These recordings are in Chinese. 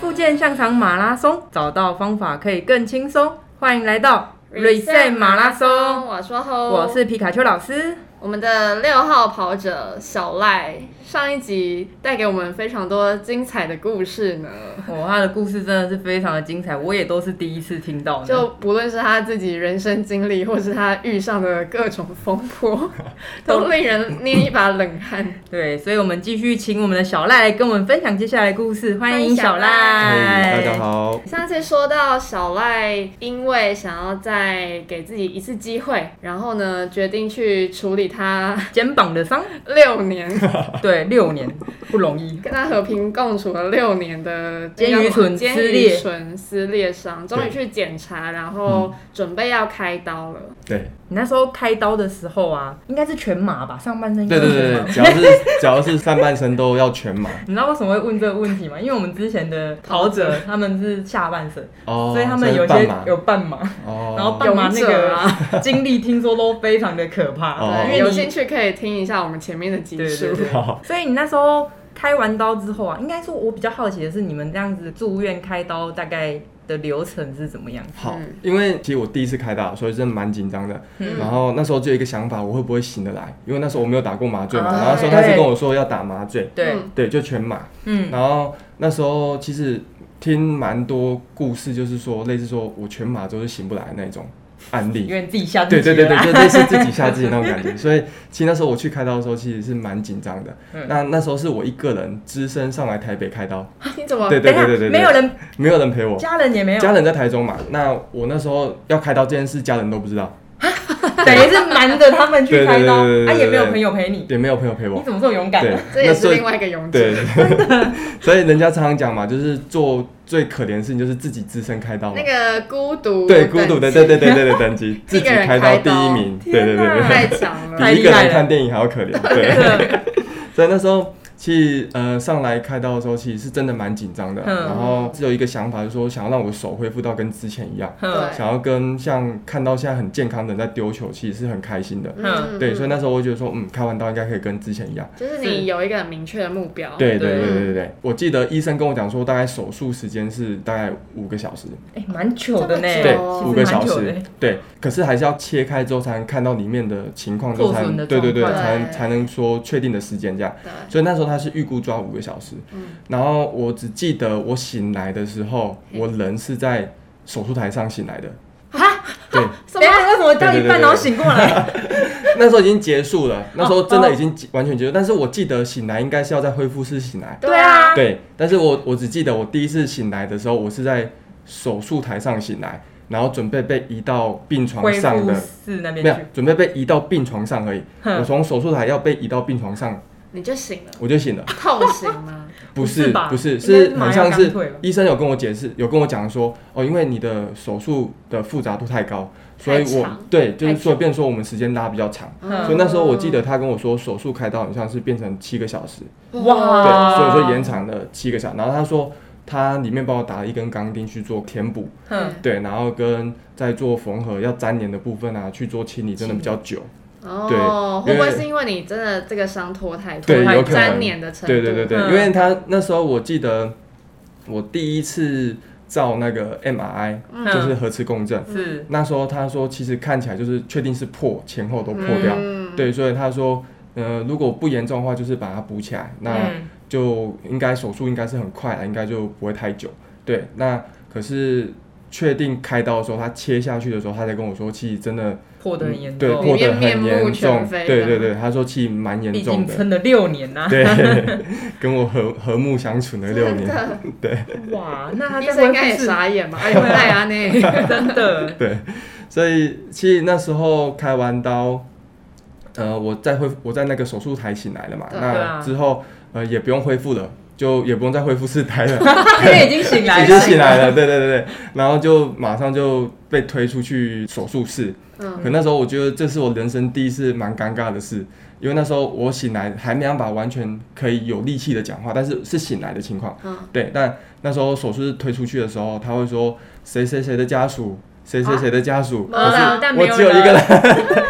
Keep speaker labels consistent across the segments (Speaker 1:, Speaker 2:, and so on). Speaker 1: 复健香肠马拉松，找到方法可以更轻松。欢迎来到 Reset 马拉松，
Speaker 2: 我说吼，
Speaker 1: 我是皮卡丘老师。
Speaker 2: 我们的六号跑者小赖，上一集带给我们非常多精彩的故事呢。
Speaker 1: 哦，他的故事真的是非常的精彩，我也都是第一次听到呢。
Speaker 2: 就不论是他自己人生经历，或是他遇上的各种风 波，都令人捏一把冷汗。
Speaker 1: 对，所以我们继续请我们的小赖来跟我们分享接下来的故事。欢迎小赖，
Speaker 3: 嘿大家。好，
Speaker 2: 上次说到小赖，因为想要再给自己一次机会，然后呢，决定去处理他
Speaker 1: 肩膀的 伤，
Speaker 2: 六年
Speaker 1: 对，六年不容易。
Speaker 2: 跟他和平共处了六年的
Speaker 1: 肩盂唇
Speaker 2: 肩
Speaker 1: 撕裂
Speaker 2: 盂唇撕裂伤，终于去检查，然
Speaker 3: 嗯
Speaker 2: 后准备要开刀了。
Speaker 3: 对
Speaker 1: 你那时候开刀的时候啊，应该是全麻吧，上半身应该
Speaker 3: 对
Speaker 1: 是
Speaker 3: 对
Speaker 1: 全
Speaker 3: 对
Speaker 1: 麻
Speaker 3: 对，只要是只要是上半身都要全麻
Speaker 1: 你知道为什么会问这个问题吗？因为我们之前的跑者他们是下半身，
Speaker 3: 哦，
Speaker 1: 所以他们有
Speaker 3: 这是
Speaker 1: 些
Speaker 3: 半麻
Speaker 1: 有半马，
Speaker 3: 哦，
Speaker 1: 然后半马那
Speaker 2: 勇者啊
Speaker 1: 个经历听说都非常的可怕，
Speaker 3: 哦
Speaker 1: 因
Speaker 2: 对，
Speaker 1: 为
Speaker 2: 有
Speaker 1: 你
Speaker 2: 兴趣可以听一下我们前面的集
Speaker 1: 对
Speaker 2: 数
Speaker 1: 对。对，
Speaker 3: 好
Speaker 1: 所以你那时候开完刀之后啊，应该说我比较好奇的是你们这样子住院开刀大概的流程是怎么样？
Speaker 3: 好
Speaker 2: 嗯，
Speaker 3: 因为其实我第一次开刀，所以真的蛮紧张的。
Speaker 2: 嗯
Speaker 3: 然后那时候就有一个想法，我会不会醒得来？因为那时候我没有打过麻醉嘛，
Speaker 1: 啊
Speaker 3: 然后那时候他是跟我说要打麻醉，
Speaker 1: 对，
Speaker 2: 嗯
Speaker 3: 对，就全麻。
Speaker 1: 嗯，
Speaker 3: 然后那时候其实听蛮多故事，就是说类似说我全麻都是醒不来的那种案例
Speaker 1: 因。为你自己下啊
Speaker 3: 对
Speaker 1: 自己
Speaker 3: 对
Speaker 1: 的
Speaker 3: 对对，
Speaker 1: 啦，
Speaker 3: 就类似自己吓自己那种感觉。所以其实那时候我去开刀的时候，其实是蛮紧张的。
Speaker 1: 嗯
Speaker 3: 那那时候是我一个人只身上来台北开刀，
Speaker 2: 你怎么
Speaker 3: 对对对对
Speaker 1: 等
Speaker 3: 对，
Speaker 1: 一下没有人，
Speaker 3: 没有人陪我，
Speaker 1: 家人也没有，
Speaker 3: 家人在台中嘛。那我那时候要开刀这件事，家人都不知道，
Speaker 1: 等于是瞒着他们去开刀，
Speaker 3: 对对对对对
Speaker 1: 啊
Speaker 3: 对
Speaker 1: 也没有
Speaker 3: 对
Speaker 1: 朋友陪你，
Speaker 3: 也没有朋友陪
Speaker 1: 你
Speaker 3: 我。
Speaker 1: 怎么这么勇敢
Speaker 3: 对
Speaker 1: 呢？，
Speaker 2: 这也
Speaker 3: 那
Speaker 2: 是
Speaker 3: 所以
Speaker 2: 另外一个勇者。
Speaker 3: 对，所以人家常常讲嘛，就是做最可怜的事情就是自己自身开刀嘛
Speaker 2: 那。个孤独
Speaker 3: 对，孤独的，
Speaker 2: 等
Speaker 3: 对
Speaker 2: 级
Speaker 3: 对对对对，等级自己开刀第一名，对对对
Speaker 1: 天哪
Speaker 3: 对，
Speaker 2: 太强了。
Speaker 1: 太
Speaker 3: 比一
Speaker 1: 厉
Speaker 3: 个
Speaker 1: 害
Speaker 3: 人
Speaker 1: 了
Speaker 3: 看电影还要可怜。对。
Speaker 1: 对
Speaker 3: 所以那时候其实呃上来开刀的时候，其实是真的蛮紧张的。
Speaker 1: 嗯
Speaker 3: 然后只有一个想法，就是说想要让我手恢复到跟之前一样，
Speaker 1: 嗯
Speaker 3: 想要跟像看到现在很健康的人在丢球，其实是很开心的。
Speaker 1: 嗯
Speaker 3: 对，所以
Speaker 2: 那
Speaker 3: 那时候我觉得说，嗯，开完刀应该可以跟之前一样。
Speaker 2: 就是
Speaker 1: 是
Speaker 2: 你有一个很明确的目标。
Speaker 3: 对
Speaker 1: 哦
Speaker 3: 对
Speaker 1: 对
Speaker 3: 对对对对，我记得医生跟我讲说，大概手术时间是大概五个小时，
Speaker 1: 哎，蛮久的呢，
Speaker 2: 这
Speaker 3: 对，
Speaker 2: 么久哦
Speaker 1: 其
Speaker 3: 五
Speaker 1: 实
Speaker 3: 个
Speaker 1: 蛮
Speaker 3: 小
Speaker 1: 久的
Speaker 3: 时，对。可是还是要切开之后才能看到里面的情况，之后
Speaker 1: 破
Speaker 3: 才
Speaker 1: 损的
Speaker 3: 能对对对，
Speaker 1: 状
Speaker 2: 况
Speaker 3: 才能
Speaker 2: 对
Speaker 3: 才能说确定的时间这样。
Speaker 2: 对
Speaker 3: 所以那时候他是预估抓五个小时，
Speaker 2: 嗯
Speaker 3: 然后我只记得我醒来的时候，
Speaker 2: 嘿
Speaker 3: 我人是在手术台上醒来的。
Speaker 2: 啊，
Speaker 3: 对，
Speaker 2: 什
Speaker 1: 等一
Speaker 2: 么？
Speaker 1: 下为什么到
Speaker 3: 对对
Speaker 1: 一
Speaker 3: 对
Speaker 1: 半
Speaker 3: 对
Speaker 1: 然后醒过 来？
Speaker 3: 那时候已经结 束了，那时候真的已经结完全结束，但是我记得醒来应该是要在恢复室醒来。
Speaker 2: 对啊，
Speaker 3: 对，但是我我只记得我第一次醒来的时候，我是在手术台上醒来，然后准备被移到病床
Speaker 1: 恢
Speaker 3: 上
Speaker 1: 复
Speaker 3: 的，
Speaker 1: 室那边
Speaker 3: 没有
Speaker 1: 去，
Speaker 3: 准备被移到病床上而已。
Speaker 1: 哼
Speaker 3: 我从手术台要被移到病床上，
Speaker 2: 你就醒了，
Speaker 3: 我就醒了。
Speaker 2: 痛醒 吗？
Speaker 3: 不
Speaker 1: 不是
Speaker 3: 是
Speaker 1: 吧
Speaker 3: 不是，
Speaker 1: 应该是
Speaker 3: 是
Speaker 1: 麻
Speaker 3: 很
Speaker 1: 药
Speaker 3: 像
Speaker 1: 刚
Speaker 3: 是
Speaker 1: 退吧
Speaker 3: 医生有跟我解释，有跟我讲说，哦，因为你的手术的复杂度太高，所以
Speaker 2: 太
Speaker 3: 我
Speaker 2: 长
Speaker 3: 对，就
Speaker 2: 太哦长
Speaker 3: 是说，变说我们时间拉比较长。
Speaker 1: 嗯
Speaker 3: 所以那时候我记得他跟我说，手术开刀很像是变成七个小时，
Speaker 1: 哇
Speaker 3: 对，
Speaker 1: 啊
Speaker 3: 所以我就延长了七个小时。然后他说他里面帮我打了一根钢钉去做填补，
Speaker 1: 哼，
Speaker 3: 对，然后跟在做缝合要粘连的部分啊去做清理，真的比较久。
Speaker 2: 哦，
Speaker 3: 对
Speaker 2: 会
Speaker 3: 因为
Speaker 2: 不会是因为你真的这个伤拖太多，
Speaker 3: 对有可能
Speaker 2: 粘黏的程度？
Speaker 3: 对对对对，
Speaker 1: 嗯
Speaker 3: 因为他那时候我记得我第一次照那个 MRI，、
Speaker 1: 嗯
Speaker 3: 就是核磁共振。
Speaker 1: 是
Speaker 3: 那时候他说，其实看起来就是确定是破，前后都破掉。
Speaker 2: 嗯
Speaker 3: 对，所以他说，呃，如果不严重的话，就是把它补起来，那
Speaker 1: 嗯
Speaker 3: 就应该手术应该是很快了，应该就不会太久。对，那可是确定开刀的时候，他切下去的时候，他才跟我说，其实真的
Speaker 1: 破得很严
Speaker 3: 嗯对
Speaker 1: 重，
Speaker 3: 破得很
Speaker 2: 里面面目
Speaker 3: 严
Speaker 2: 全
Speaker 3: 重。
Speaker 2: 非
Speaker 3: 对
Speaker 2: 的
Speaker 3: 对对，他说其实蛮严
Speaker 1: 毕
Speaker 3: 重
Speaker 1: 竟
Speaker 3: 的。
Speaker 1: 撑了六年啊呐。
Speaker 3: 对， 跟我和和睦相处的六
Speaker 2: 真
Speaker 3: 年，
Speaker 2: 的，
Speaker 1: 哇，那他
Speaker 2: 医
Speaker 1: 在
Speaker 2: 生应该
Speaker 1: 恢
Speaker 2: 也
Speaker 1: 复室
Speaker 2: 傻眼 吧？哎呦，赖啊你！
Speaker 1: 真 的，
Speaker 3: 对，所以其实那时候开完刀，呃，我在恢复，我在那个手术台醒来了嘛，
Speaker 2: 对
Speaker 1: 啊
Speaker 3: 那之后呃也不用恢复了，就也不用再恢复室待了，
Speaker 1: 因为已经醒来了，
Speaker 3: 已经醒来了，对对对对，然后就马上就被推出去手术室，
Speaker 2: 嗯，
Speaker 3: 可那时候我觉得这是我人生第一次蛮尴尬的事，因为那时候我醒来还没办法完全可以有力气的讲话，但是是醒来的情况。
Speaker 2: 嗯
Speaker 3: 对，但那时候手术室推出去的时候，他会说谁谁谁的家属，谁谁谁的家属，
Speaker 1: 没有啦哦但
Speaker 3: 我
Speaker 1: 没
Speaker 3: 是
Speaker 1: 有
Speaker 3: 我只有一 个人，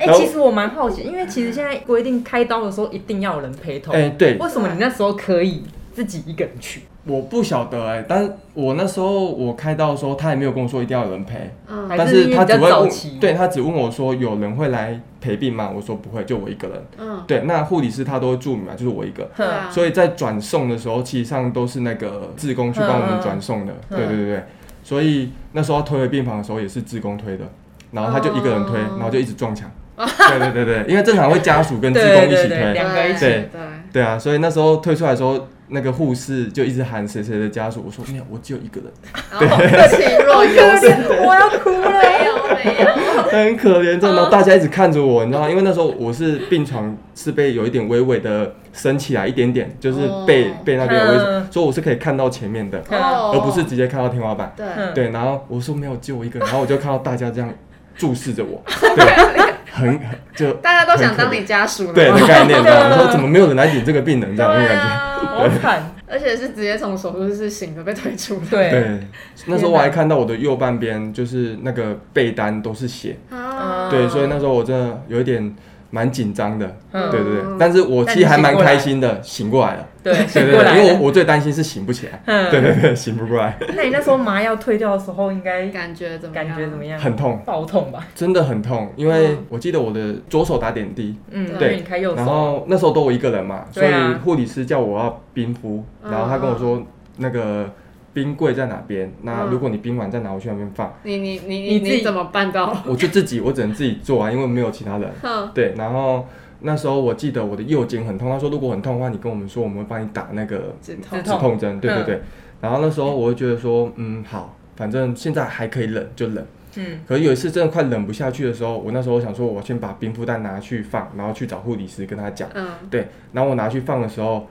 Speaker 1: 哎、
Speaker 3: 然后
Speaker 1: 其实我蛮好奇，因为其实现在规定开刀的时候一定要有人陪同，
Speaker 3: 哎、对，
Speaker 1: 为什么你那时候可以自己一个人去？
Speaker 3: 我不晓得哎、但是我那时候我开刀的时候，他也没有跟我说一定要有人陪，
Speaker 2: 嗯
Speaker 1: 还
Speaker 3: 但
Speaker 1: 是因为
Speaker 3: 他
Speaker 1: 比
Speaker 3: 只
Speaker 1: 较
Speaker 3: 会
Speaker 1: 早
Speaker 3: 问
Speaker 1: 期，
Speaker 3: 对他只问我说有人会来陪病吗？我说不会，就我一个
Speaker 1: 哦
Speaker 3: 人。
Speaker 2: 嗯，
Speaker 3: 对，那护理师他都会注明嘛，就是我一个。
Speaker 2: 对啊，
Speaker 3: 所以在转送的时候，其实上都是那个志工去帮我们转送的。
Speaker 1: 嗯嗯
Speaker 3: 对对对对，所以那时候推回病房的时候也是志工推的，然后他就一个人推，
Speaker 2: 哦
Speaker 3: 然后就一直撞墙。 对对对对，因为正常会家属跟志工一起
Speaker 1: 哦 对对对
Speaker 3: 推。
Speaker 1: 两个一
Speaker 3: 起
Speaker 2: 对
Speaker 3: 对
Speaker 2: 对，
Speaker 3: 对啊，所以那时候推出来的时候，那个护士就一直喊谁谁的家属，我说没有，我只有一个人，
Speaker 2: 然后气若游丝，
Speaker 1: 我要哭了。
Speaker 2: 哦没有没有，
Speaker 3: 很可怜，真的。
Speaker 2: 哦
Speaker 3: 然后大家一直看着我，你知道吗？因为那时候我是病床是被有一点微微的升起来一点点，就是被、
Speaker 2: 哦
Speaker 3: 被那边微，
Speaker 1: 嗯
Speaker 3: 所以我是可以看到前面的，
Speaker 2: 哦
Speaker 3: 而不是直接看到天花板。
Speaker 2: 对，
Speaker 1: 嗯
Speaker 3: 对，然后我说没有，只 有我一个人，然后我就看到大家这样注视着我，对，很很就
Speaker 2: 大家都想当你家属呢，啊
Speaker 3: 对的概念，你 知道吗？
Speaker 1: 对
Speaker 3: 说怎么没有人来领这个病人这样那种
Speaker 2: 嗯对
Speaker 3: 感觉。
Speaker 2: 啊，
Speaker 1: 好惨，
Speaker 2: 而且是直接从手术室醒着被推出来，
Speaker 1: 对
Speaker 3: 对，那时候我还看到我的右半边就是那个被单都是血，
Speaker 2: 啊，
Speaker 3: 对，所以那时候我真的有一点蛮紧张的，
Speaker 1: 嗯
Speaker 3: 对对
Speaker 2: 嗯
Speaker 3: 对，但是我其实还蛮开心的，醒过来了，
Speaker 1: 对，
Speaker 3: 对
Speaker 1: 醒
Speaker 3: 对
Speaker 1: 过来
Speaker 3: 对，因为
Speaker 1: 了。
Speaker 3: 我我最担心是醒不起来，对
Speaker 1: 嗯，
Speaker 3: 对对，醒不过来，
Speaker 1: 那你那时候麻药退掉的时候，应该
Speaker 2: 感觉怎么样
Speaker 1: 感觉怎么？样？
Speaker 3: 很痛，
Speaker 1: 爆痛吧？
Speaker 3: 真的很痛，因为
Speaker 2: 嗯
Speaker 3: 我记得我的左手打点滴，
Speaker 1: 嗯，因
Speaker 2: 对
Speaker 1: 为你开右
Speaker 3: 然
Speaker 1: 手，
Speaker 3: 后那时候都我一个人嘛，所
Speaker 1: 对
Speaker 3: 以
Speaker 1: 啊嗯
Speaker 3: 护理师叫我要冰敷，然后他跟我说那个冰柜在哪边，那
Speaker 2: 嗯
Speaker 3: 如果你冰完再拿回去那边
Speaker 1: 嗯
Speaker 3: 放，
Speaker 2: 你你你
Speaker 1: 你
Speaker 2: 你
Speaker 1: 自己
Speaker 2: 你怎么办到？
Speaker 3: 我就自己我只能自己做啊，因为没有其他人。
Speaker 2: 哼，
Speaker 3: 对，然后那时候我记得我的右肩很痛，他说如果很痛的话，你跟我们说，我们会帮你打那个
Speaker 2: 止痛
Speaker 1: 止
Speaker 3: 止痛针。对对
Speaker 1: 嗯
Speaker 3: 对。然后那时候我就觉得说，嗯，好，反正现在还可以忍就忍。
Speaker 1: 嗯，
Speaker 3: 可是有一次真的快忍不下去的时候，我那时候想说，我先把冰敷袋拿去放，然后去找护理师跟他讲。
Speaker 2: 嗯，
Speaker 3: 对，然后我拿去放的时候，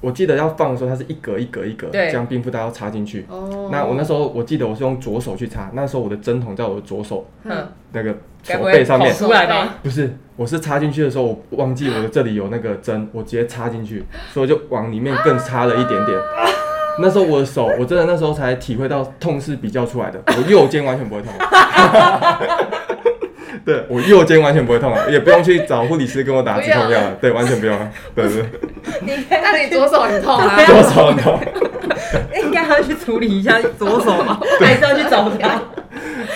Speaker 3: 我记得要放的时候，它是一格一格一格，
Speaker 1: 对
Speaker 3: 将冰敷袋要插进去。
Speaker 2: 哦，
Speaker 3: 那我那时候我记得我是用左手去插，那时候我的针筒在我的左手
Speaker 2: 嗯，
Speaker 3: 那个
Speaker 1: 该
Speaker 3: 手
Speaker 1: 不
Speaker 3: 背
Speaker 1: 会
Speaker 3: 上
Speaker 1: 跑
Speaker 3: 面，
Speaker 1: 出来吧？
Speaker 3: 不是，我是插进去的时候，我忘记我的这里有那个针，我直接插进去，所以我就往里面更插了一点点。那时候我的手，我真的那时候才体会到痛是比较出来的，我右肩完全不会痛。 对我右肩完全不会痛啊，也不用去找护理师跟我打止痛药啊了，对，完全不用了，对对对，
Speaker 1: 你
Speaker 2: 那你左手很 痛啊，
Speaker 3: 多少痛，
Speaker 1: 应该要去处理一下左手吧，还是要去找他？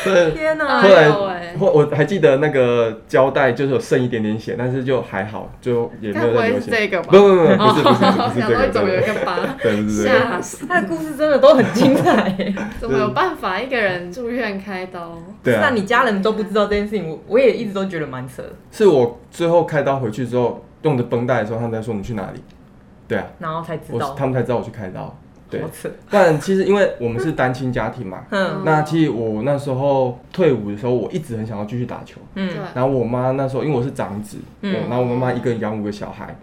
Speaker 3: 对。
Speaker 1: 天哪！
Speaker 3: 后
Speaker 2: 哎
Speaker 3: 来
Speaker 2: 呦喂，
Speaker 3: 后我还记得那个胶带就是有剩一点点血，但是就还好，就也没
Speaker 2: 该
Speaker 3: 有
Speaker 2: 不
Speaker 3: 在
Speaker 2: 会
Speaker 3: 流
Speaker 2: 是
Speaker 3: 血。
Speaker 2: 这个吧？
Speaker 3: 不不不不，不是不是不 是
Speaker 2: 想
Speaker 3: 这个
Speaker 2: 说，怎么有一
Speaker 3: 对
Speaker 2: 个疤，
Speaker 3: 对不是这个。
Speaker 2: 吓死！
Speaker 1: 他的故事真的都很精彩耶。
Speaker 2: 怎么有办法一个人住院开刀？
Speaker 3: 对
Speaker 1: 那
Speaker 3: 啊，
Speaker 1: 你家人都不知道这件事情，我我也一直都觉得蛮扯的。
Speaker 3: 是我最后开刀回去之后用的绷带的时候，他们在说你去哪里？对啊，
Speaker 1: 然后才知
Speaker 3: 我
Speaker 1: 道，
Speaker 3: 他们才知道我去开刀。对
Speaker 1: 好，扯。
Speaker 3: 但其实因为我们是单亲家庭嘛，
Speaker 1: 嗯
Speaker 3: 那其实我那时候退伍的时候，我一直很想要继续打球。
Speaker 2: 对
Speaker 1: 嗯，
Speaker 3: 然后我妈那时候，因为我是长子，
Speaker 1: 嗯
Speaker 3: 我然后我妈妈一个人养五个小孩，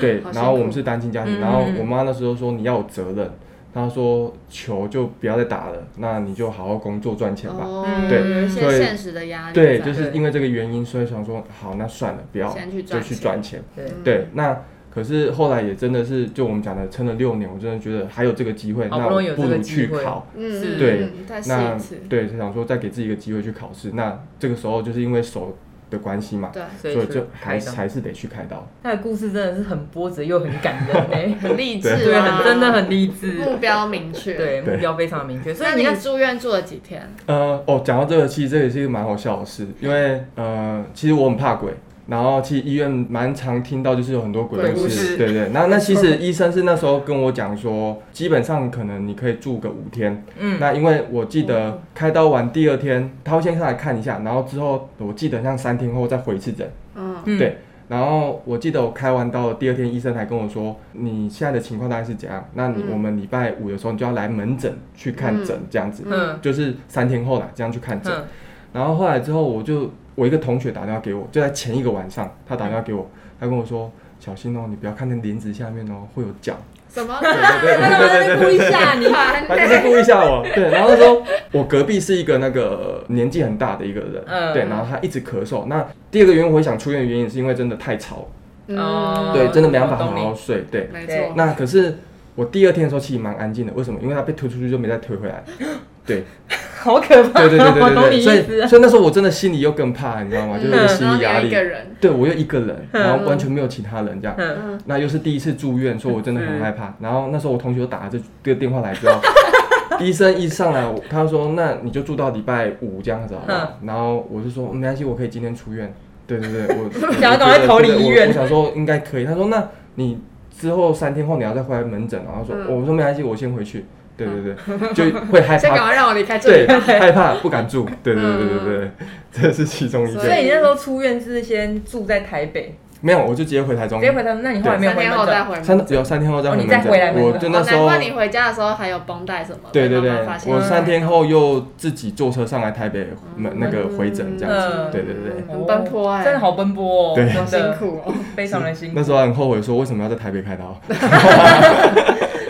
Speaker 3: 对
Speaker 2: 好辛，苦
Speaker 3: 然后我们是单亲家
Speaker 1: 嗯
Speaker 3: 庭，然后我妈那时候说你要有责任，她说球就不要再打了，那你就好好工作赚钱吧。
Speaker 2: 哦，
Speaker 1: 嗯
Speaker 3: 对
Speaker 2: 有一些
Speaker 3: 所以
Speaker 2: 现实的压力在，
Speaker 3: 对，就是因为这个原因，所以想说好，那算了，不要
Speaker 2: 先去
Speaker 3: 就
Speaker 2: 赚
Speaker 3: 去
Speaker 2: 钱
Speaker 3: 赚钱。
Speaker 1: 对，
Speaker 2: 嗯
Speaker 3: 对，那可是后来也真的是，就我们讲的，撑了六年，我真的觉得还有这个机会，
Speaker 1: 好
Speaker 3: 那
Speaker 1: 不容易
Speaker 3: 我
Speaker 1: 有
Speaker 3: 不
Speaker 1: 这
Speaker 3: 如
Speaker 1: 个
Speaker 3: 去
Speaker 1: 机会
Speaker 3: 考。
Speaker 2: 嗯，嗯，
Speaker 3: 对
Speaker 2: 嗯，再试
Speaker 3: 那
Speaker 2: 一次，
Speaker 3: 对，就想说再给自己一个机会去考试。那这个时候就是因为手的关系嘛，
Speaker 2: 对，
Speaker 1: 所
Speaker 3: 所
Speaker 1: 以
Speaker 3: 以
Speaker 1: 就
Speaker 3: 就
Speaker 1: 开
Speaker 3: 还
Speaker 1: 刀。
Speaker 3: 还是得去开刀。
Speaker 1: 他的故事真的是很波折又很感人哎，
Speaker 2: 很励志
Speaker 1: 对，
Speaker 2: 啊，
Speaker 1: 很真的很励志。
Speaker 2: 目标明确。，
Speaker 1: 对，
Speaker 3: 对
Speaker 1: 目标非常明确，所
Speaker 2: 所
Speaker 1: 以
Speaker 2: 以
Speaker 1: 你
Speaker 2: 你
Speaker 1: 那
Speaker 2: 住院住了几天？
Speaker 3: 呃，哦，讲到这个，其实这也是一个蛮好笑的事，因为呃，其实我很怕鬼。然后其实医院蛮常听到，就是有很多鬼
Speaker 1: 鬼
Speaker 3: 故
Speaker 1: 故
Speaker 3: 事，
Speaker 1: 事
Speaker 3: 对对。那那 其实医生是那时候跟我讲说，基本上可能你可以住个五天，
Speaker 1: 嗯，
Speaker 3: 那因为我记得开刀完第二天，他会先上来看一下，然后之后我记得像三天后再回一次诊。
Speaker 2: 嗯，
Speaker 1: 嗯
Speaker 3: 对然后我记得我开完刀的第二天，医生还跟我说，你现在的情况大概是怎样？那你
Speaker 2: 嗯
Speaker 3: 我们礼拜五的时候，你就要来门诊去看诊，这样子，
Speaker 1: 嗯
Speaker 3: 就是三天后啦，这样去看诊。
Speaker 1: 嗯
Speaker 3: 然后后来之后，我就我一个同学打电话给我，就在前一个晚上，他打电话给我，他跟我说。小心哦，你不要看那帘子下面哦，会有脚。
Speaker 2: 什么？
Speaker 3: 对对对对对对
Speaker 1: 故意吓你，
Speaker 3: 他就是故意吓我。对，然后那时候我隔壁是一个那个年纪很大的一个人，
Speaker 1: 嗯
Speaker 3: 对，然后他一直咳嗽。那第二个原因我会想出院的原因是因为真的太吵，
Speaker 1: 哦
Speaker 3: 对，真的没办法
Speaker 1: 我
Speaker 3: 好
Speaker 1: 懂
Speaker 3: 好睡。对，
Speaker 2: 嗯没
Speaker 1: 对
Speaker 2: 错。
Speaker 3: 那 可是我第二天的时候其实蛮安静的，为什么？因为他被推出去就没再推回来。对，
Speaker 1: 好可怕！
Speaker 3: 对对对对
Speaker 1: 我
Speaker 3: 对
Speaker 1: 懂你
Speaker 3: 对，所
Speaker 1: 意思
Speaker 3: 以。所以那时候我真的心里又更怕，你知道吗？就是有个心
Speaker 2: 啊嗯然后
Speaker 3: 理
Speaker 2: 你
Speaker 3: 压
Speaker 2: 要一
Speaker 3: 力
Speaker 2: 个。人，
Speaker 3: 对我又一个人，
Speaker 1: 嗯
Speaker 3: 然后完全没有其他人这样。
Speaker 1: 嗯，
Speaker 2: 嗯，
Speaker 3: 那又是第一次住院，所以我真的很害怕。然后那时候我同学就打了这这个电话来 之后，医生一上来，我他说：“那你就住到礼拜五这样子好不好？”
Speaker 1: 嗯
Speaker 3: 然后我就说：“嗯没关系，我可以今天出院。”对对 对，我我
Speaker 1: 想要赶快
Speaker 3: 觉得
Speaker 1: 逃离
Speaker 3: 对我
Speaker 1: 医院
Speaker 3: 我想说应该可以。他说：“那你之后三天后你要再回来门诊。”然后说：“
Speaker 2: 嗯
Speaker 3: 我说没关系，我先回去。”对对
Speaker 1: 嗯
Speaker 3: 对，就会害
Speaker 2: 先赶
Speaker 3: 怕，
Speaker 2: 快让我离开这
Speaker 3: 对，
Speaker 2: 里吧。
Speaker 3: 害怕不敢住。对对对对对对，这是其中一
Speaker 1: 嗯
Speaker 2: 所
Speaker 1: 所
Speaker 3: 个。
Speaker 1: 以你那时候出院是先住在台北，
Speaker 3: 没有，我就直接回台中
Speaker 1: 直。接回台那你后来没有
Speaker 2: 三
Speaker 1: 回
Speaker 2: 天后
Speaker 1: 门
Speaker 2: 再
Speaker 1: 诊？
Speaker 2: 回门。
Speaker 3: 三只有三天后再
Speaker 1: 哦
Speaker 3: 回
Speaker 1: 你
Speaker 3: 门
Speaker 1: 再回来
Speaker 3: 诊，
Speaker 1: 门
Speaker 3: 我
Speaker 1: 诊
Speaker 3: 就
Speaker 2: 哦
Speaker 3: 那时
Speaker 2: 难
Speaker 3: 候
Speaker 2: 怪你回家的时候还有绷带什么，
Speaker 3: 对对
Speaker 2: 被妈妈
Speaker 3: 对
Speaker 2: 发，现
Speaker 3: 我
Speaker 1: 嗯
Speaker 3: 三天后又自己坐车上来台北门那个回诊这样子，
Speaker 1: 嗯
Speaker 3: 对对对，
Speaker 2: 很奔波哎、
Speaker 1: 真的好奔波哦，
Speaker 3: 对
Speaker 2: 好
Speaker 1: 真
Speaker 2: 辛
Speaker 1: 的
Speaker 2: 苦哦、
Speaker 1: 非常的辛苦
Speaker 3: 嗯那，时候很后悔说为什么要在台北开刀，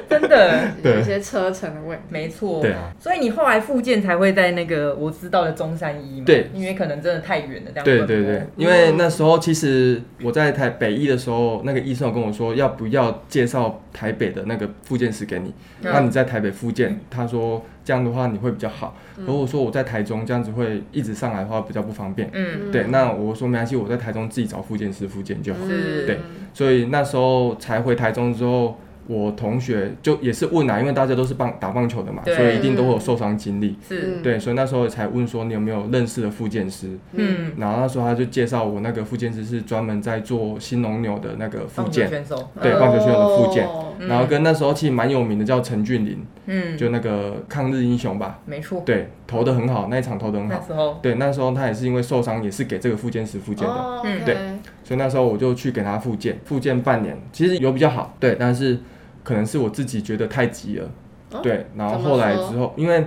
Speaker 1: 真的
Speaker 3: 对
Speaker 2: 有一些车程的问题。
Speaker 1: 没错。
Speaker 3: 对啊，
Speaker 1: 所以你后来复健才会在那个我知道的中山医嘛？
Speaker 3: 对
Speaker 1: 因为可能真的太远了，这样
Speaker 3: 对
Speaker 1: 奔波
Speaker 3: 对对，因为那时候其实我在台北医的时候，那个医生有跟我说要不要介绍台北的那个复健师给你，
Speaker 1: 嗯
Speaker 3: 那你在台北复健，他说这样的话你会比较好，
Speaker 1: 嗯
Speaker 3: 如果说我在台中这样子会一直上来的话比较不方便，
Speaker 1: 嗯，
Speaker 3: 对，那我说没关系，我在台中自己找复健师复健就好。
Speaker 1: 是
Speaker 3: 对所以那时候才回台中之后，我同学就也是问啊，因为大家都是棒打棒球的嘛，
Speaker 1: 对
Speaker 3: 所以一定都会有受伤经历。
Speaker 1: 是，
Speaker 2: 嗯
Speaker 3: 对，所以那时候才问说你有没有认识的复健师，
Speaker 1: 嗯，
Speaker 3: 然后那时候他就介绍我那个复健师是专门在做新农牛的那个复
Speaker 1: 棒球
Speaker 3: 健，
Speaker 1: 选手，
Speaker 3: 对棒球选手的附件
Speaker 2: 哦
Speaker 1: 嗯
Speaker 3: 然后跟那时候其实蛮有名的叫陈俊霖，
Speaker 1: 嗯，
Speaker 3: 就那个抗日英雄吧，
Speaker 1: 没错，
Speaker 3: 对，投的很好，那一场投的很
Speaker 1: 那
Speaker 3: 好，
Speaker 1: 时候
Speaker 3: 对，那时候他也是因为受伤，也是给这个复健师复健的，
Speaker 2: 哦
Speaker 1: 嗯
Speaker 2: 对，
Speaker 3: 所以那时候我就去给他复健，复健半年，其实有比较好，对，但是可能是我自己觉得太急了，
Speaker 2: 哦
Speaker 3: 对，然后
Speaker 2: 怎么
Speaker 3: 后来
Speaker 2: 说
Speaker 3: 之后，因为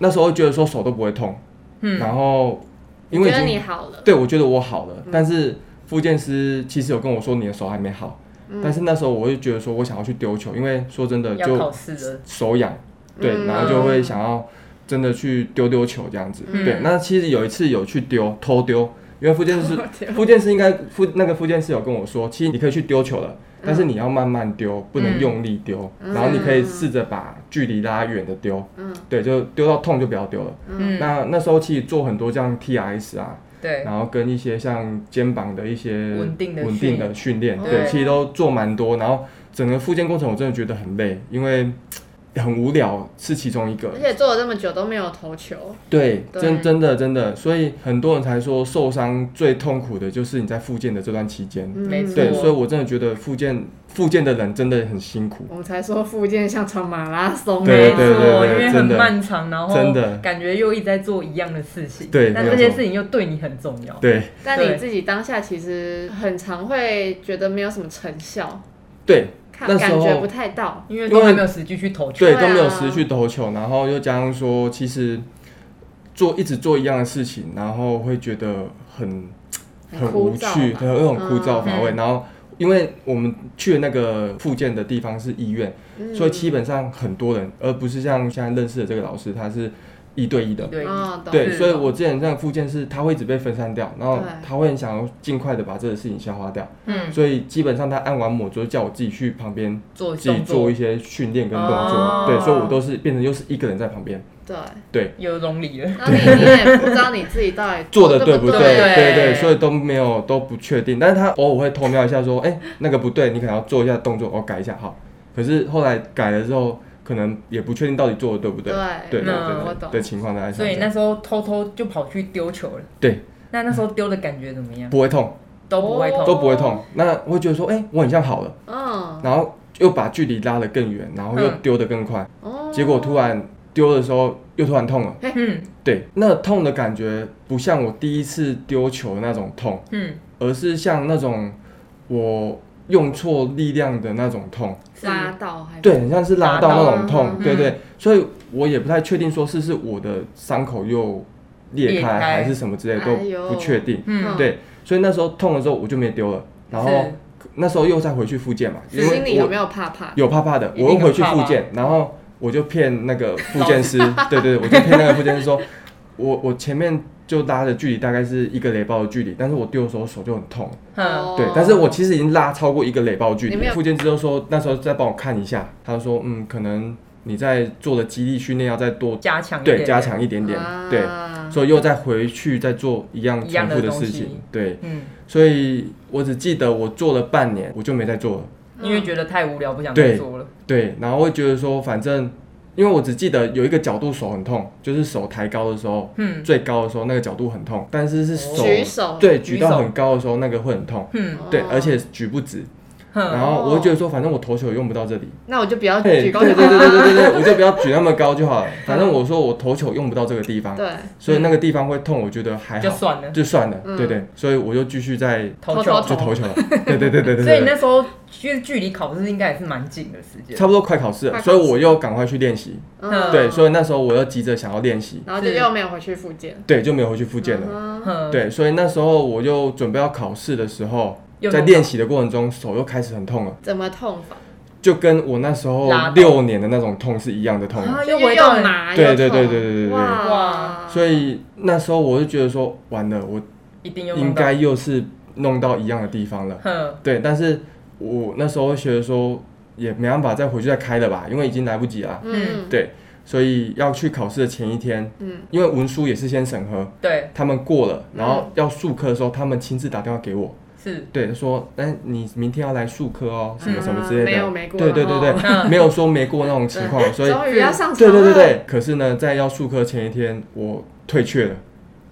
Speaker 3: 那时候觉得说手都不会痛，
Speaker 1: 嗯
Speaker 3: 然后因为
Speaker 2: 你
Speaker 3: 已
Speaker 2: 觉得
Speaker 3: 经
Speaker 2: 你嗯好了，
Speaker 3: 对我觉得我好了，但是复健师其实有跟我说你的手还没好，
Speaker 2: 嗯
Speaker 3: 但是那时候我就觉得说我想要去丢球，因为说真的
Speaker 1: 要考
Speaker 3: 就
Speaker 1: 试了，
Speaker 3: 手痒，对，
Speaker 2: 嗯
Speaker 3: 然后就会想要真的去丢丢球这样子，
Speaker 1: 嗯
Speaker 3: 对，那其实有一次有去丢偷丢。因为复 健师
Speaker 2: 我天
Speaker 3: 附件师应该附那个附件师有跟我说，其实你可以去丢球了，但是你要慢慢丢，不能用力丢，
Speaker 2: 嗯
Speaker 3: 然后你可以试着把距离拉远的丢，
Speaker 2: 嗯
Speaker 3: 对，就丢到痛就不要丢了。
Speaker 1: 嗯，
Speaker 3: 那那时候其实做很多这样 TRS 啊，
Speaker 1: 对，
Speaker 3: 然后跟一些像肩膀的一些
Speaker 1: 稳定的
Speaker 3: 稳
Speaker 1: 训
Speaker 3: 定
Speaker 1: 练
Speaker 3: 的训练，
Speaker 2: 对
Speaker 3: 对，其实都做蛮多。然后整个复健过程我真的觉得很累，因为很无聊是其中一个
Speaker 2: 而，且做了这么久都没有投球，
Speaker 3: 对，
Speaker 2: 对
Speaker 3: 真真的真的，所以很多人才说受伤最痛苦的就是你在复健的这段期间。
Speaker 2: 嗯
Speaker 1: 没错
Speaker 3: 对，所以我真的觉得复健复健的人真的很辛苦。
Speaker 2: 我们才说复健像场马拉松啊，
Speaker 3: 对
Speaker 1: 没
Speaker 3: 对对
Speaker 1: 错，因
Speaker 3: 对
Speaker 1: 为很
Speaker 3: 真的
Speaker 1: 漫长，然后
Speaker 3: 真的
Speaker 1: 感觉又一直在做一样的事情，
Speaker 3: 对
Speaker 1: 但
Speaker 3: 没
Speaker 1: 这
Speaker 3: 有
Speaker 1: 些
Speaker 3: 错
Speaker 1: 事情又对你很重要，
Speaker 3: 对
Speaker 2: 但你自己当下其实很常会觉得没有什么成效，
Speaker 3: 对
Speaker 2: 看
Speaker 3: 那时
Speaker 2: 感
Speaker 3: 候
Speaker 2: 觉不太到，
Speaker 1: 因为
Speaker 3: 因
Speaker 1: 都还
Speaker 3: 为
Speaker 1: 没有时机去投球，
Speaker 3: 对，
Speaker 2: 对啊
Speaker 3: 都没有时去投球，然后又加上说，其实做一直做一样的事情，然后会觉得很很
Speaker 2: 枯
Speaker 3: 无
Speaker 2: 燥
Speaker 3: 趣，
Speaker 2: 嘛
Speaker 3: 很有很枯燥乏味。
Speaker 1: 嗯
Speaker 3: 然后因为我们去的那个复健的地方是医院，
Speaker 2: 嗯
Speaker 3: 所以基本上很多人，而不是像现在认识的这个老师，他是一对一的。
Speaker 1: 对，
Speaker 2: 哦懂
Speaker 3: 对，
Speaker 1: 是
Speaker 3: 所以我之前这样附件是，他会一直被分散掉，然后
Speaker 2: 对
Speaker 3: 他会很想要尽快的把这个事情消化掉，
Speaker 1: 嗯，
Speaker 3: 所以基本上他按完摩之后叫我自己去旁边
Speaker 1: 做
Speaker 3: 自己
Speaker 1: 动
Speaker 3: 做
Speaker 1: 作
Speaker 3: 一些训练跟动作，
Speaker 1: 哦
Speaker 3: 对，所以我都是变成又是一个人在旁边，
Speaker 2: 对，
Speaker 3: 对，
Speaker 1: 有容理了，
Speaker 2: 那你你也不知道你自己到底
Speaker 3: 做的对
Speaker 2: 不
Speaker 3: 不对？
Speaker 1: 对
Speaker 3: 对对，所以都没有都不确定，但是他偶尔会偷瞄一下说，哎、那个不对，你可能要做一下动作，我、哦改一下好，可是后来改了之后，可能也不确定到底做的对不对，对对
Speaker 2: 对
Speaker 3: 对
Speaker 2: 嗯我
Speaker 3: 对
Speaker 2: 懂
Speaker 3: 的情况来
Speaker 1: 所以那时候偷偷就跑去丢球了，
Speaker 3: 对
Speaker 1: 那那时候丢的感觉怎么样？
Speaker 3: 不会痛，
Speaker 1: 都不会
Speaker 2: 哦
Speaker 1: 痛，
Speaker 3: 都不会痛，那我会觉得说，哎、我很像好了。
Speaker 2: 嗯
Speaker 3: 然后又把距离拉得更远，然后又
Speaker 1: 嗯
Speaker 3: 丢得更快，
Speaker 2: 哦，
Speaker 3: 结果突然丢的时候又突然痛了。
Speaker 1: 嗯
Speaker 3: 对，那痛的感觉不像我第一次丢球的那种痛，
Speaker 1: 嗯，
Speaker 3: 而是像那种我用错力量的那种痛。
Speaker 1: 是
Speaker 2: 拉到还是
Speaker 3: 对，很像是拉到那种
Speaker 2: 哎拉到
Speaker 3: 痛，
Speaker 1: 嗯
Speaker 3: 对对。所以我也不太确定说是是我的伤口又
Speaker 1: 裂
Speaker 3: 裂
Speaker 1: 开
Speaker 3: 开还是什么之类的
Speaker 2: 哎呦
Speaker 3: 都不确定。
Speaker 1: 嗯
Speaker 3: 对，所以那时候痛的时候我就没丢了，
Speaker 2: 嗯
Speaker 3: 然后
Speaker 1: 是
Speaker 3: 那时候又再回去复健嘛，因
Speaker 2: 是
Speaker 3: 为
Speaker 2: 心里
Speaker 3: 我
Speaker 2: 有没有怕怕？
Speaker 3: 有怕怕的，
Speaker 1: 一定
Speaker 3: 我又回去
Speaker 1: 很怕
Speaker 3: 复健，然后我就骗那个复健师， 对对对，我就骗那个复健师说，我我前面就拉的距离大概是一个雷包的距离，但是我丢的时候手就很痛，
Speaker 2: 哦
Speaker 1: 嗯，
Speaker 3: 对，但是我其实已经拉超过一个雷包的距
Speaker 2: 你没
Speaker 3: 离。
Speaker 2: 有
Speaker 3: 复健师就说那时候再帮我看一下，他就说嗯，可能你在做的肌力训练要再多
Speaker 1: 加强一
Speaker 3: 对
Speaker 1: 点，
Speaker 3: 加，强一点点，对，
Speaker 2: 啊
Speaker 3: 所以又再回去再做一样
Speaker 1: 一
Speaker 3: 重
Speaker 1: 样的
Speaker 3: 复的
Speaker 1: 东
Speaker 3: 事
Speaker 1: 西
Speaker 3: 情，对，
Speaker 1: 嗯，
Speaker 3: 所以我只记得我做了半年，我就没再做了。
Speaker 2: 嗯
Speaker 1: 因为觉得太无聊，不想
Speaker 3: 对
Speaker 1: 再做了，
Speaker 3: 对，然后会觉得说，反正因为我只记得有一个角度手很痛，就是手抬高的时候，
Speaker 1: 嗯
Speaker 3: 最高的时候那个角度很痛，但是是手、
Speaker 2: 哦举手，
Speaker 3: 对
Speaker 1: 举
Speaker 3: 举到
Speaker 1: 手
Speaker 3: 很高的时候那个会很痛，
Speaker 1: 嗯
Speaker 3: 对
Speaker 2: 哦，
Speaker 3: 而且举不直。然
Speaker 1: 哼，
Speaker 3: 后我会觉得说，反正我投球用不到这里，
Speaker 2: 那我就不要
Speaker 3: 嘿
Speaker 2: 举高
Speaker 3: 对
Speaker 2: 举
Speaker 3: 对
Speaker 1: 哦
Speaker 3: 对对对对，我就不要举那么高 就好了。反正我说我投球用不到这个地方，
Speaker 2: 对，
Speaker 3: 所以那个地方会痛，我觉得还
Speaker 1: 就
Speaker 3: 好，
Speaker 1: 算了，
Speaker 3: 就算了。
Speaker 2: 嗯
Speaker 3: 对对，所以我就继续在
Speaker 1: 投
Speaker 2: 投
Speaker 1: 球。
Speaker 3: 就投球 了。对对对对对
Speaker 1: 所以
Speaker 3: 对
Speaker 1: 那
Speaker 3: 对，
Speaker 1: 时候其实距离考试应该也是蛮近的时间，
Speaker 3: 差不多快考试了，所以我又赶快去练习。
Speaker 1: 嗯
Speaker 3: 对，所
Speaker 2: 以
Speaker 3: 以那时候我又急着想要练习，
Speaker 2: 然后就是又没有回去复健，嗯
Speaker 3: 对，就没有回去复健了。
Speaker 2: 了，
Speaker 1: 嗯哼，
Speaker 3: 对，所以那时候我就准备要考试的时候
Speaker 1: 又，
Speaker 3: 在
Speaker 1: 弄
Speaker 3: 练习的过程中，手又开始很痛了，
Speaker 2: 怎么痛法？
Speaker 3: 就跟我那时候
Speaker 1: 拉到
Speaker 3: 六年的那种痛是一样的痛。
Speaker 1: 啊，
Speaker 2: 就
Speaker 1: 又回到
Speaker 2: 又
Speaker 1: 了
Speaker 2: 麻又
Speaker 3: 对对
Speaker 2: 痛
Speaker 3: 对对对对对
Speaker 2: 哇
Speaker 1: 哇，
Speaker 3: 所以那时候我就觉得说，完了，我
Speaker 1: 一定又
Speaker 3: 应
Speaker 1: 弄到
Speaker 3: 该，又是弄到一样的地方了。
Speaker 1: 哼，
Speaker 3: 对，但是我那时候觉得说，也没办法再回去再开了吧，因为已经来不及了。
Speaker 2: 嗯
Speaker 3: 对，所以要去考试的前一天，
Speaker 2: 嗯
Speaker 3: 因为文书也是先审核，
Speaker 1: 对，
Speaker 3: 他们过了，然后要术科的时候，他们亲自打电话给我，
Speaker 1: 是，
Speaker 3: 对，说，哎，你明天要来术科哦，什么
Speaker 2: 嗯
Speaker 3: 什么之类的，
Speaker 2: 没有没过
Speaker 3: 对对对
Speaker 2: 然
Speaker 3: 对，没有说没过那种情况， 所以，
Speaker 2: 终于要上场
Speaker 3: 对
Speaker 2: 了，
Speaker 3: 对对，对。可是呢，在要术科前一天，我退却了，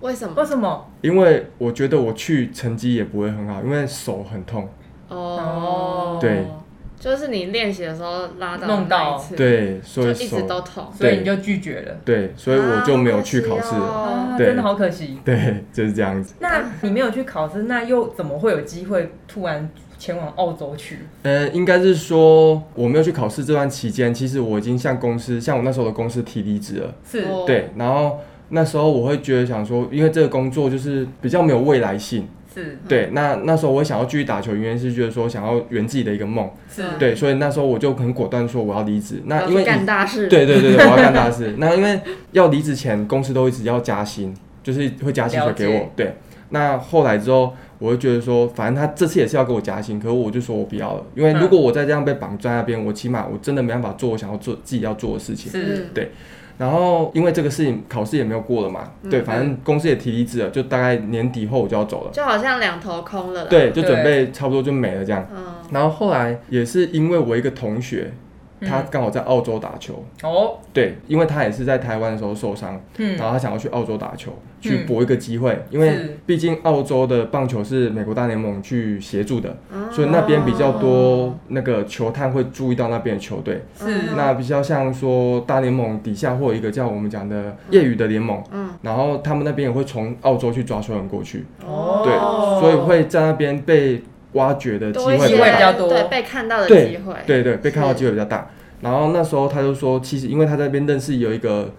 Speaker 2: 为什么？
Speaker 1: 为什么？
Speaker 3: 因为我觉得我去成绩也不会很好，因为手很痛，
Speaker 2: 哦，
Speaker 3: 对，
Speaker 2: 就是你练习的时候拉到
Speaker 1: 弄到
Speaker 2: 那一次，
Speaker 3: 对，所
Speaker 2: 就
Speaker 3: 以
Speaker 2: 一直都
Speaker 3: 手，
Speaker 2: 痛，
Speaker 1: 所以
Speaker 3: 对
Speaker 1: 你就拒绝了，
Speaker 3: 对，所以我就没有去考试
Speaker 2: 啊好可惜哦
Speaker 3: 了，
Speaker 1: 啊，
Speaker 3: 对
Speaker 1: 真的好可惜。
Speaker 3: 对，就是这样子。
Speaker 1: 那你没有去考试，那又怎么会有机会突然前往澳洲去？
Speaker 3: 呃，应该是说我没有去考试这段期间，其实我已经向公司，向我那时候的公司提离职了。
Speaker 1: 是，
Speaker 2: 哦
Speaker 3: 对，然后那时候我会觉得想说，因为这个工作就是比较没有未来性。
Speaker 1: 是，
Speaker 2: 嗯
Speaker 3: 对，那那时候我想要继续打球，原因是觉得说想要圆自己的一个梦。
Speaker 1: 是，
Speaker 3: 对，所以那时候我就很果断说我要离职。那因为
Speaker 2: 嗯要去干
Speaker 3: 以
Speaker 2: 大事，
Speaker 3: 对对对对，我要干大事。 那因为要离职前，公司都一直要加薪，就是会加薪水给
Speaker 1: 了
Speaker 3: 我
Speaker 1: 解。
Speaker 3: 对，那后来之后，我就觉得说，反正他这次也是要给我加薪，可是我就说我不要了，因为
Speaker 1: 嗯
Speaker 3: 如果我再这样被绑在那边，我起码我真的没办法做我想要做自己要做的事情。
Speaker 1: 是，
Speaker 2: 嗯
Speaker 3: 然后因为这个事情考试也没有过了嘛，
Speaker 2: 嗯
Speaker 3: 对，反正公司也提离职了，就大概年底后我就要走了，
Speaker 2: 就好像两头空了，，
Speaker 3: 对，就
Speaker 1: 对
Speaker 3: 准备差不多就没了这样。
Speaker 2: 嗯，
Speaker 3: 然后后来也是因为我一个同学，
Speaker 1: 嗯
Speaker 3: 他刚好在澳洲打球，
Speaker 1: 哦，
Speaker 3: 对，因为他也是在台湾的时候受伤，
Speaker 1: 嗯
Speaker 3: 然，后他想要去澳洲打球，去
Speaker 1: 嗯
Speaker 3: 搏一个机会，因为
Speaker 1: 是
Speaker 3: 毕竟澳洲的棒球是美国大联盟去协助的，
Speaker 2: 嗯
Speaker 3: 所以那边比较多
Speaker 1: 哦
Speaker 3: 那个球探会注意到那边的球队。
Speaker 1: 是，
Speaker 3: 那比较像说大联盟底下或有一个叫我们讲的业余的联盟，
Speaker 2: 嗯
Speaker 3: 然后他们那边也会从澳洲去抓球员过去，
Speaker 2: 哦，
Speaker 3: 对
Speaker 1: 哦
Speaker 3: 所以会在那边被挖掘的机
Speaker 2: 多
Speaker 3: 会
Speaker 2: 一些
Speaker 1: 机会比较多
Speaker 2: 对被看到的
Speaker 3: 对
Speaker 2: 机会，
Speaker 3: 对对，被看到
Speaker 2: 是
Speaker 3: 机会比较大。然后那时候他就说，其实因为他在那边认识有一个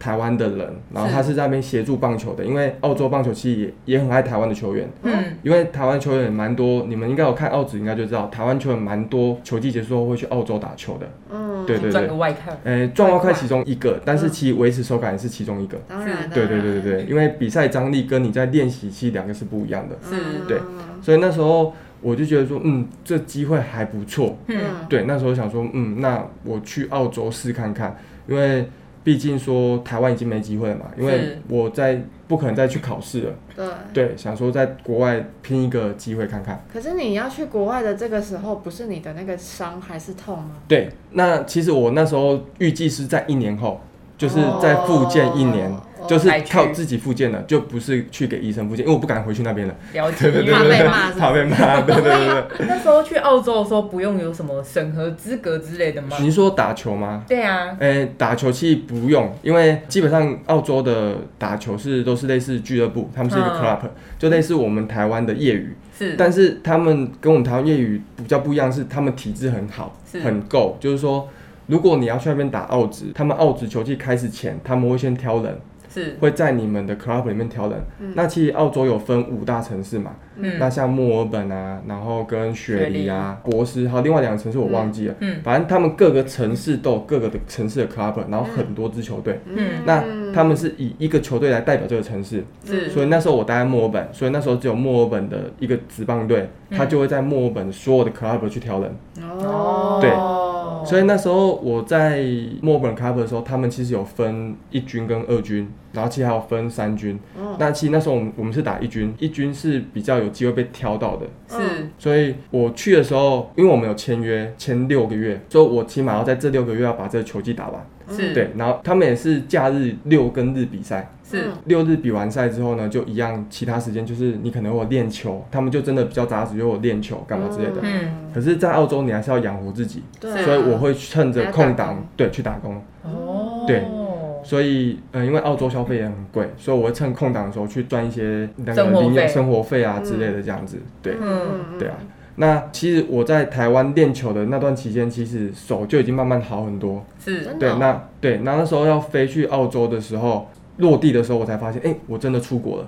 Speaker 3: 台湾的人，然后他是在那边协助棒球的，因为澳洲棒球其实也也很爱台湾的球员，
Speaker 1: 嗯，
Speaker 3: 因为台湾球员也蛮多，你们应该有看澳职应该就知道，台湾球员蛮多球季结束后会去澳洲打球的，
Speaker 2: 嗯，
Speaker 3: 对对
Speaker 1: 赚
Speaker 3: 对
Speaker 1: 个。外快，
Speaker 3: 诶，撞外快其中一个，但是其实维持手感也是其中一个。
Speaker 2: 当然，
Speaker 3: 对对
Speaker 2: 当
Speaker 3: 对
Speaker 2: 然
Speaker 3: 对，对，因为比赛张力跟你在练习期两个是不一样的，
Speaker 1: 是
Speaker 2: 嗯
Speaker 3: 对所以那时候我就觉得说，嗯，这机会还不错。
Speaker 1: 嗯，
Speaker 3: 对，那时候想说，嗯，那我去澳洲试看看，因为毕竟说台湾已经没机会了嘛，因为
Speaker 1: 是
Speaker 3: 我在不可能再去考试了。
Speaker 2: 对。
Speaker 3: 对，想说在国外拼一个机会看看。
Speaker 2: 可是你要去国外的这个时候，不是你的那个伤还是痛吗？
Speaker 3: 对，那其实我那时候预计是在一年后，就是在复健一年，
Speaker 2: 哦
Speaker 3: 就是
Speaker 1: 才去
Speaker 3: 靠自己复健的，就不是去给医生复健，因为我不敢回去那边了，
Speaker 1: 了解，因为
Speaker 2: 怕被骂是不是
Speaker 3: 怕被骂。对对 对
Speaker 1: 那时候去澳洲的时候，不用有什么审核资格之类的吗
Speaker 3: 对，？你说打球吗？
Speaker 1: 对啊，
Speaker 3: 诶、打球其实不用，因为基本上澳洲的打球是都是类似俱乐部，他们是一个
Speaker 1: 嗯
Speaker 3: club，、就类似我们台湾的业余，
Speaker 1: 是，
Speaker 3: 但是他们跟我们台湾业余比较不一样，是他们体质很好
Speaker 1: 是，
Speaker 3: 很够，就是说。如果你要去那边打澳职，他们澳职球季开始前，他们会先挑人，
Speaker 1: 是，
Speaker 3: 会在你们的 club 里面挑人。那其实澳洲有分五大城市嘛，
Speaker 1: 嗯
Speaker 3: 那像墨尔本啊，然后跟雪梨啊、博斯，还有另外两个城市我忘记了。
Speaker 1: 嗯
Speaker 3: 反正他们各个城市都有各个的城市的 club，然后很多支球队。
Speaker 1: 嗯
Speaker 3: 那他们是以一个球队来代表这个城市，
Speaker 2: 嗯
Speaker 1: 是，
Speaker 3: 所以那时候我待在墨尔本，所以那时候只有墨尔本的一个职棒队，
Speaker 1: 嗯
Speaker 3: 他就会在墨尔本所有的 club 去挑人。
Speaker 2: 哦，
Speaker 3: 对所以那时候我在墨尔本 cover 的时候，他们其实有分一军跟二军，然后其实还有分三军。
Speaker 2: 哦，
Speaker 3: 那其实那时候我们我们是打一军，一军是比较有机会被挑到的。
Speaker 1: 是
Speaker 3: 所以我去的时候，因为我们有签约，签六个月，所以我起码要在这六个月要把这个球季打完。
Speaker 1: 是，
Speaker 3: 对，然后他们也是假日六跟日比赛，
Speaker 1: 是
Speaker 2: 嗯
Speaker 3: 六日比完赛之后呢，就一样，其他时间就是你可能会有练球，他们就真的比较扎实，就有练球干嘛之类的。
Speaker 1: 嗯
Speaker 3: 可是，在澳洲你还是要养活自己，
Speaker 2: 对
Speaker 1: 啊
Speaker 2: 啊，
Speaker 3: 所以我会趁着空
Speaker 2: 还要打工
Speaker 3: 档对去打工。
Speaker 1: 哦，
Speaker 3: 嗯对所以，嗯、因为澳洲消费也很贵，所以我会趁空档的时候去赚一些那个
Speaker 1: 生活
Speaker 3: 零
Speaker 1: 费
Speaker 3: 用生活费啊之类的，这样子。对，
Speaker 1: 嗯
Speaker 3: 对啊。那其实我在台湾练球的那段期间，其实手就已经慢慢好很多。
Speaker 1: 是
Speaker 2: 真的
Speaker 3: 对
Speaker 2: 哦，
Speaker 3: 那对，那那时候要飞去澳洲的时候，落地的时候我才发现，哎、我真的出国了，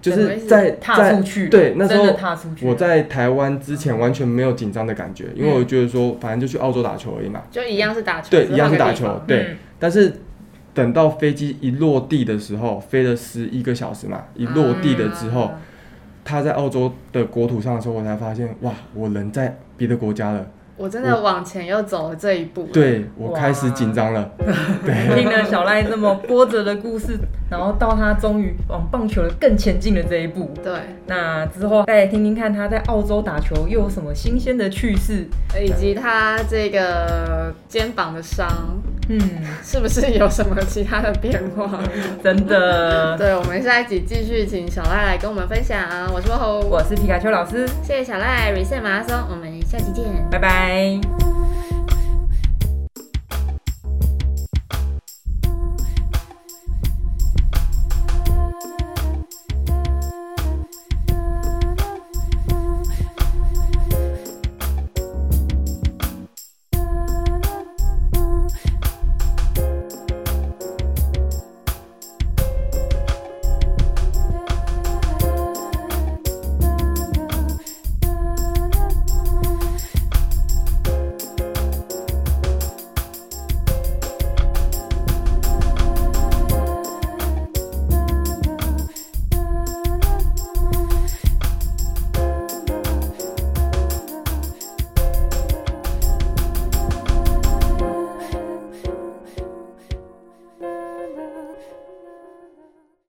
Speaker 3: 就
Speaker 2: 什么意
Speaker 3: 是
Speaker 2: 思
Speaker 3: 在
Speaker 1: 踏出
Speaker 3: 在
Speaker 1: 去了，
Speaker 3: 对那时
Speaker 1: 真的
Speaker 3: 候
Speaker 1: 踏出去了，嗯
Speaker 3: 我在台湾之前完全没有紧张的感觉，因为我觉得说反正就去澳洲打球而已嘛，
Speaker 2: 就一样是打嗯球，
Speaker 3: 对，
Speaker 2: 只
Speaker 3: 一样是打
Speaker 2: 换个地
Speaker 3: 球
Speaker 2: 方，
Speaker 1: 嗯
Speaker 3: 对。但是等到飞机一落地的时候，飞了十一个小时嘛，一落地的之后，
Speaker 2: 啊
Speaker 3: 他在澳洲的国土上的时候，我才发现，哇，我人在别的国家了，
Speaker 2: 我真的往前又走了这一步，，
Speaker 3: 对我开始
Speaker 1: 哇
Speaker 3: 紧张了，
Speaker 1: 听了小赖这么波折的故事，然后到他终于往棒球的更前进的这一步。
Speaker 2: 对，
Speaker 1: 那之后再来听听看他在澳洲打球又有什么新鲜的趣事。
Speaker 2: 以及他这个肩膀的伤
Speaker 1: 嗯，
Speaker 2: 是不是有什么其他的变 化？
Speaker 1: 真的，
Speaker 2: 对，我们下一集继续请小赖来跟我们分享。我是 h 侯，
Speaker 1: 我是皮卡丘老师，
Speaker 2: 谢谢小赖 reset 马拉松，我们下期见。
Speaker 1: 拜拜。